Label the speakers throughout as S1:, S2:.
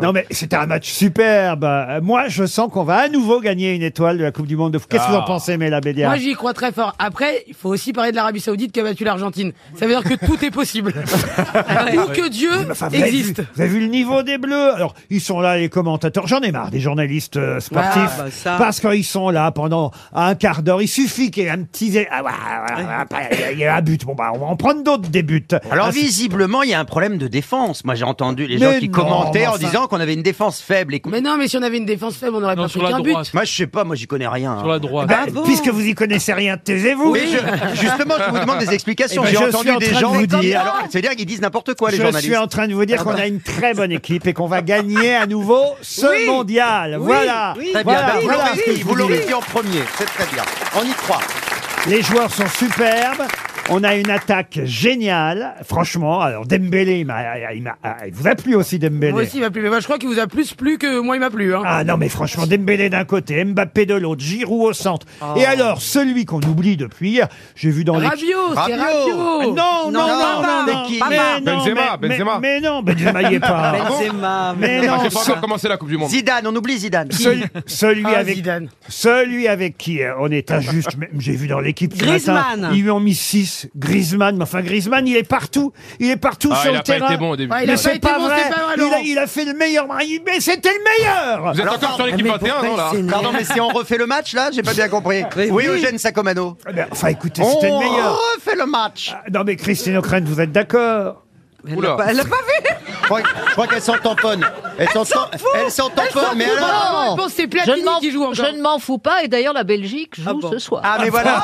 S1: Non, mais c'était un match superbe. Euh, Moi, je sens qu'on va à nouveau gagner une étoile de la Coupe du Monde. de foot. Qu'est-ce que vous en
S2: Ah.
S1: pensez, Mela Bédia
S3: Moi, j'y crois très fort. Après, il faut aussi parler de l'Arabie Saoudite qui a battu l'Argentine. Ça veut dire que tout est possible. Ou que Dieu
S1: Enfin, vous avez
S3: existe.
S1: vu- vous avez vu le niveau des Bleus Alors, ils sont là, les commentateurs. J'en ai marre des journalistes euh, sportifs.
S4: Ah, bah, ça.
S1: Parce qu'ils sont là pendant un quart d'heure. Il suffit qu'il y ait un petit... zé- Ah, ouais, ouais, ouais, ouais, il y a un but. Bon, bah, on va en prendre d'autres, des buts.
S2: Alors
S1: Ah, c'est-
S2: visiblement, il y a un problème de défense. Moi, j'ai entendu les
S1: Mais
S2: gens qui
S1: non,
S2: commentaient
S1: mais
S2: en
S1: enfin.
S2: disant qu'on avait une défense faible. Et... qu'on-
S3: Mais non, mais si on avait une défense faible, on n'aurait
S5: Non,
S3: pas pris
S5: sur la
S3: qu'un but.
S5: droite.
S2: Moi, je sais pas, moi, j'y connais rien. hein.
S5: Sur la droite.
S1: Bah,
S3: Bravo.
S1: puisque vous y connaissez rien, taisez-vous.
S2: Mais je- justement, je vous demande des explications.
S1: Eh ben,
S2: j'ai
S1: je suis
S2: entendu
S1: en
S2: des
S1: train de
S2: gens
S1: vous dire.
S2: Alors, c'est-à-dire qu'ils disent n'importe quoi, les
S1: Je
S2: journalistes.
S1: suis en train de vous dire qu'on a une très bonne équipe et qu'on va gagner à nouveau ce mondial. voilà.
S2: Très bien.
S1: voilà,
S2: Bah, vous
S1: voilà
S2: l'aurez
S1: ce que
S2: dit,
S1: je
S2: vous
S1: vous
S2: l'aurez
S1: dis.
S2: dit en premier. C'est très bien. On y croit.
S1: Les joueurs sont superbes. On a une attaque géniale, franchement. Alors Dembélé, il, m'a- il m'a- il vous a plu aussi Dembélé.
S3: Moi aussi, il m'a plu. Mais moi, je crois qu'il vous a plus plu que moi, il m'a plu. Hein.
S1: Ah non mais franchement Dembélé d'un côté, Mbappé de l'autre, Giroud au centre. Et alors celui qu'on oublie depuis hier, j'ai vu dans les
S3: Rabiot, c'est
S2: Rabiot.
S3: Rabiot.
S1: Ah, non, non, non,
S4: Non,
S1: non,
S4: Pavard,
S1: non,
S2: mais qui-
S1: mais
S4: Pavard.
S1: non,
S6: Benzema,
S1: mais-
S6: Benzema.
S1: mais- mais non, Benzema y est pas.
S4: Benzema.
S1: Mais
S6: Ah,
S1: non,
S6: j'ai pas encore commencé la Coupe du Monde.
S2: Zidane, on oublie Zidane.
S1: Celui, celui
S3: Ah,
S1: avec
S3: Zidane.
S1: celui avec qui euh, on est injuste. même J'ai vu dans l'équipe ce matin,
S4: Griezmann.
S1: ils lui ont mis 6. Griezmann, mais enfin Griezmann, il est partout, il est partout
S6: Ah,
S1: sur
S6: il
S1: le
S6: a pas
S1: terrain.
S6: été bon au début.
S3: Ouais, il
S1: mais
S3: a pas
S1: c'est
S3: été
S1: pas,
S3: bon,
S1: vrai.
S3: c'est pas vrai,
S1: il, a,
S3: Laurent.
S1: il a fait le meilleur. Mais c'était le meilleur.
S6: Vous êtes
S2: Alors,
S6: encore sur l'équipe
S4: mais
S6: 21, non, là
S4: pourquoi il s'énerve
S2: Pardon, mais si on refait le match, là, j'ai pas bien compris.
S4: Oui.
S2: Oui, Eugène Sacomano.
S1: Ah, mais Enfin, écoutez,
S2: On
S6: Oh
S1: c'était le meilleur.
S2: refait le match.
S1: Ah, Non mais Christine O'Crane, vous êtes d'accord
S4: Elle
S6: Oula.
S4: l'a pas- elle l'a pas vu.
S2: Je crois, je crois qu'elle s'en tamponne. Elle s'en tam- elle s'en tamponne, mais
S3: Bon,
S2: alors.
S3: bon, bon, c'est
S7: Je ne
S3: Platini
S7: m'en-
S3: qui joue encore.
S7: je ne m'en fous pas, et d'ailleurs la Belgique joue
S4: bon.
S7: ce soir.
S2: Ah, mais voilà.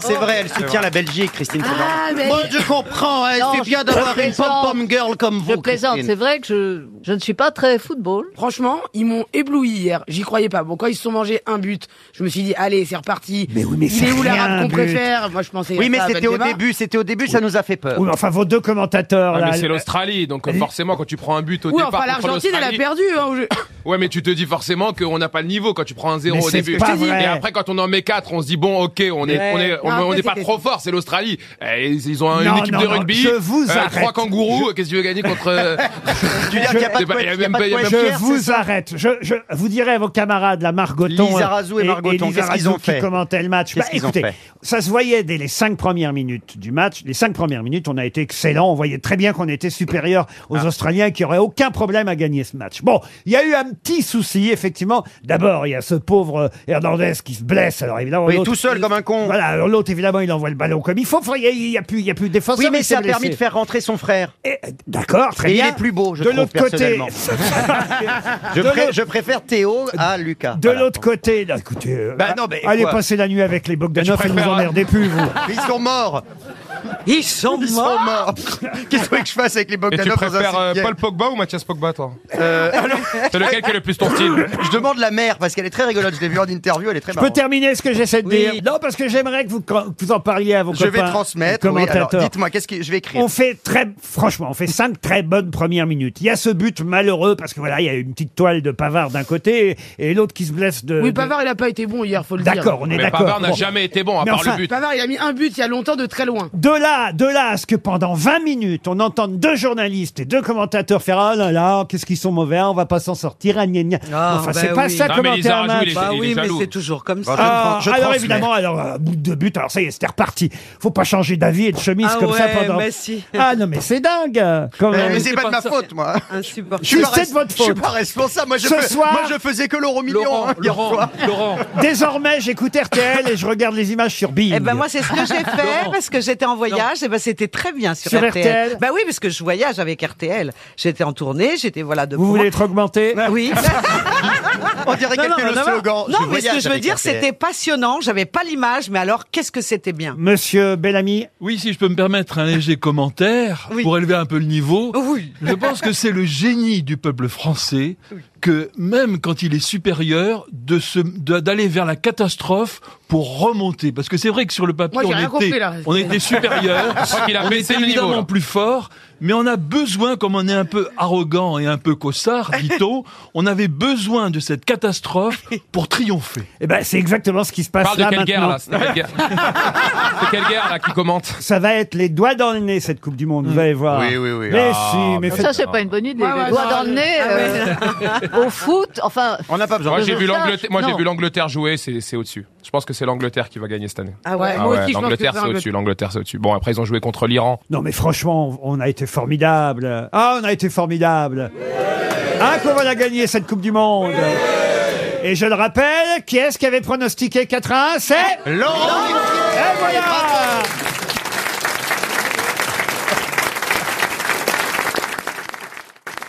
S2: C'est vrai, elle soutient la Belgique, Christine Sedan.
S3: Ah, mais-
S2: Moi, je comprends. hein,
S7: Non,
S2: c'est bien
S7: je-
S2: d'avoir
S7: je
S2: une
S7: plaisante.
S2: pom-pom girl comme vous.
S7: je plaisante,
S2: Christine.
S7: c'est vrai que je, je ne suis pas très football.
S3: Franchement, ils m'ont ébloui hier. J'y croyais pas. Bon, quand ils se sont mangés un but, je me suis dit, allez, c'est reparti.
S1: Mais oui, mais
S3: Il
S1: c'est
S3: est où
S1: rien,
S3: l'arabe
S1: un
S3: qu'on
S1: but.
S3: préfère Moi, je pensais.
S2: Oui, mais
S3: pas à
S2: c'était au
S3: Benzema.
S2: début. C'était au début, ça nous a fait peur.
S1: Oui, mais enfin vos deux commentateurs
S6: Ouais,
S1: là.
S6: Ah, mais c'est l'Australie, donc euh, forcément, quand tu prends un but au
S3: Oui,
S6: départ.
S3: enfin,
S6: contre
S3: l'Argentine, elle a
S6: l'Australie-
S3: perdu. hein, au jeu.
S6: Ouais, mais tu te dis forcément qu'on n'a pas le niveau quand tu prends un zéro
S1: Mais
S6: au
S1: c'est
S6: début.
S1: pas
S6: Et
S1: vrai.
S6: après, quand on en met 4, on se dit, bon, ok, on est, on est, on,
S3: Non,
S6: on
S3: après,
S6: est pas
S3: c'est-
S6: trop fort, c'est l'australie. Eh, Ils ils ont un-
S1: Non,
S6: une équipe
S1: non,
S6: de
S1: non,
S6: rugby.
S1: je vous
S6: euh,
S1: arrête.
S6: Trois kangourous, qu'est-ce que tu veux gagner contre. euh,
S2: Tu veux dire qu'il n'y a pas de
S6: Bah,
S2: quoi
S6: il y a
S2: être- il y a
S6: même
S2: pas
S6: pas- il y a
S2: de quoi être
S6: même
S1: Je
S2: fier, c'est
S1: vous
S2: ça
S1: arrête. Je, je vous dirai à vos camarades, la Margoton.
S2: Lisa Razou et
S1: Lisa
S2: Margoton, qu'est-ce qu'ils
S1: Razou
S2: ont fait
S1: qui commentaient le match. Bah,
S2: Qu'est-ce qu'ils ont
S1: écoutez,
S2: fait
S1: ça se voyait dès les cinq premières minutes du match. Les cinq premières minutes, on a été excellent. On voyait très bien qu'on était supérieur aux
S2: Ah.
S1: Australiens et qu'il n'y aurait aucun problème à gagner ce match. Bon, il y a eu un petit souci, effectivement. D'abord, il y a ce pauvre Hernandez qui se blesse. Alors évidemment,
S2: Oui,
S1: l'autre-
S2: tout seul comme un con.
S1: Voilà, alors l'autre, évidemment, il envoie le ballon comme il faut. Enfin, Il n'y a, il y a plus il y a plus de défense.
S2: Oui, mais ça a permis de faire rentrer son frère.
S1: D'accord, très
S2: Et il
S1: bien.
S2: est plus beau, je
S1: de
S2: trouve,
S1: l'autre côté,
S2: personnellement. Je,
S1: De
S2: pré-
S1: l'autre-
S2: je préfère Théo à Lucas.
S1: De
S2: Voilà.
S1: l'autre côté, là, écoutez, euh,
S2: Bah non, mais
S1: allez
S2: quoi
S1: passer la nuit avec les Bogdanov,
S6: Mais
S1: ils
S6: je
S1: vous
S6: préfère-
S1: emmerdez plus, vous.
S2: Ils sont morts.
S4: Ils sont
S2: Ils
S4: morts.
S2: sont morts. Qu'est-ce que tu veux que je fasse avec les
S6: Et tu
S2: Bogdanov dans un
S6: préfères euh,
S2: cimetière
S6: Paul Pogba ou Mathias Pogba, toi C'est lequel qui est le plus ton style
S2: Je demande la mère parce qu'elle est très rigolote. Je l'ai vue en interview, elle est très
S1: Je peux
S2: marrante.
S1: terminer ce que j'essaie de
S4: Oui.
S1: dire Non, parce que j'aimerais que vous, que vous en parliez à vos
S2: Je
S1: copains.
S2: vais transmettre. oui, alors,
S1: Commentateurs.
S2: Dites-moi, qu'est-ce que je vais écrire
S1: On fait très, franchement, on fait cinq très bonnes premières minutes. Il y a ce but malheureux parce que voilà, il y a une petite toile de Pavard d'un côté et, et l'autre qui se blesse de.
S3: Oui,
S1: de-
S3: Pavard, il a pas été bon hier, faut le dire.
S1: D'accord, on est
S6: Mais
S1: d'accord.
S6: Pavard n'a
S1: Bon.
S6: jamais été bon, à
S1: Mais
S6: part
S1: enfin,
S6: le but.
S3: Pavard, il a mis un but il y a longtemps de très loin.
S1: De là, de là à ce que pendant 20 minutes, on entende deux journalistes et deux commentateurs faire Ah là là, qu'est-ce qu'ils sont mauvais, on va pas s'en sortir, ah, gna, gna.
S4: Ah,
S1: Enfin,
S4: bah
S1: c'est pas
S4: oui.
S1: ça
S6: Non, mais
S1: commenter un
S6: Lisa
S8: Ah,
S6: Razou,
S1: match.
S6: il est-
S4: Bah oui, mais
S6: jaloux.
S4: c'est toujours comme
S2: Bon,
S4: ça.
S1: Ah,
S2: je
S1: alors
S2: transmets.
S1: évidemment, alors euh, bout de but, alors ça y est, c'était reparti. Faut pas changer d'avis et de chemise
S4: Ah
S1: comme ça
S4: ouais,
S1: pendant.
S4: mais si.
S1: Ah non mais c'est dingue euh, quand
S2: Mais,
S1: même.
S2: Eh, mais c'est
S5: c'est
S2: pas de
S5: pas
S2: ma
S5: ça.
S2: faute, moi.
S8: Ah,
S4: Insupportable.
S2: suis
S1: C'est
S2: pas
S1: de
S2: res-
S1: votre
S2: Je suis
S1: faute.
S2: pas responsable. Moi, je,
S1: Ce
S2: fais-
S1: soir-
S2: moi, je faisais que l'euro million.
S5: Laurent,
S2: hein, hier soir.
S5: Laurent, Laurent.
S1: Désormais, j'écoute RTL et je regarde les images sur Bing.
S8: Eh ben moi c'est ce que j'ai fait parce que j'étais en voyage et ben c'était très bien sur,
S1: Sur RTL.
S8: Ben oui parce que je voyage avec RTL. J'étais en tournée, j'étais voilà de
S1: Vous
S8: Provence.
S1: voulez être augmenté
S8: Oui.
S2: On dirait
S8: non,
S2: qu'elle
S8: non,
S2: fait le
S8: non, non.
S2: slogan.
S8: Non, mais ce que
S2: voyage
S8: je veux
S2: avec
S8: dire,
S2: RTL.
S8: c'était passionnant. J'avais pas l'image, mais alors qu'est-ce que c'était bien.
S1: Monsieur Bellamy,
S5: Oui, si je peux me permettre un léger commentaire
S8: Oui.
S5: pour élever un peu le niveau.
S1: Ah
S8: Oui.
S5: Je pense que c'est le génie du peuple français que même quand il est supérieur, de se- de- d'aller vers la catastrophe pour remonter. Parce que c'est vrai que sur le papier,
S3: Moi, j'ai rien
S5: on,
S3: compris,
S5: était,
S3: là.
S5: on était supérieur,
S6: Je crois qu'il a
S5: on
S6: baissé
S5: était
S6: le niveau,
S5: évidemment
S6: là.
S5: plus fort, mais on a besoin, comme on est un peu arrogant et un peu cossard, dit-on, on avait besoin de cette catastrophe pour triompher.
S1: Eh ben, c'est exactement ce qui se passe
S6: Parle de
S1: là
S6: quelle
S1: maintenant.
S6: guerre là C'est quelle guerre C'est quelle guerre là qui commente
S1: Ça va être les doigts dans le nez cette Coupe du Monde, vous allez voir.
S2: Hmm. Oui, oui, oui.
S1: Mais
S6: Ah,
S1: si, mais faites-
S7: Ça, c'est pas une bonne idée.
S3: Ouais, ouais,
S7: les doigts
S3: non,
S7: dans le
S3: je-
S7: nez,
S3: Ah
S7: euh, au foot, enfin.
S2: On n'a pas besoin.
S6: Moi j'ai
S7: je
S6: vu
S7: sache.
S6: l'Angleterre, moi j'ai
S7: Non.
S6: vu l'Angleterre jouer, c'est c'est au-dessus. Je pense que c'est l'Angleterre qui va gagner cette année.
S8: Ah ouais.
S3: Moi aussi, je pense que
S6: l'Angleterre
S3: c'est
S6: c'est au-dessus, l'Angleterre c'est au-dessus. Bon après ils ont joué contre l'Iran.
S1: Non, mais franchement, on a été formidable. Ah, on a été formidable. Ah, comment on a gagné cette Coupe du Monde. Et je le rappelle, qui est-ce qui avait pronostiqué 4-1 C'est
S2: Laurent Ruquier
S1: Et voilà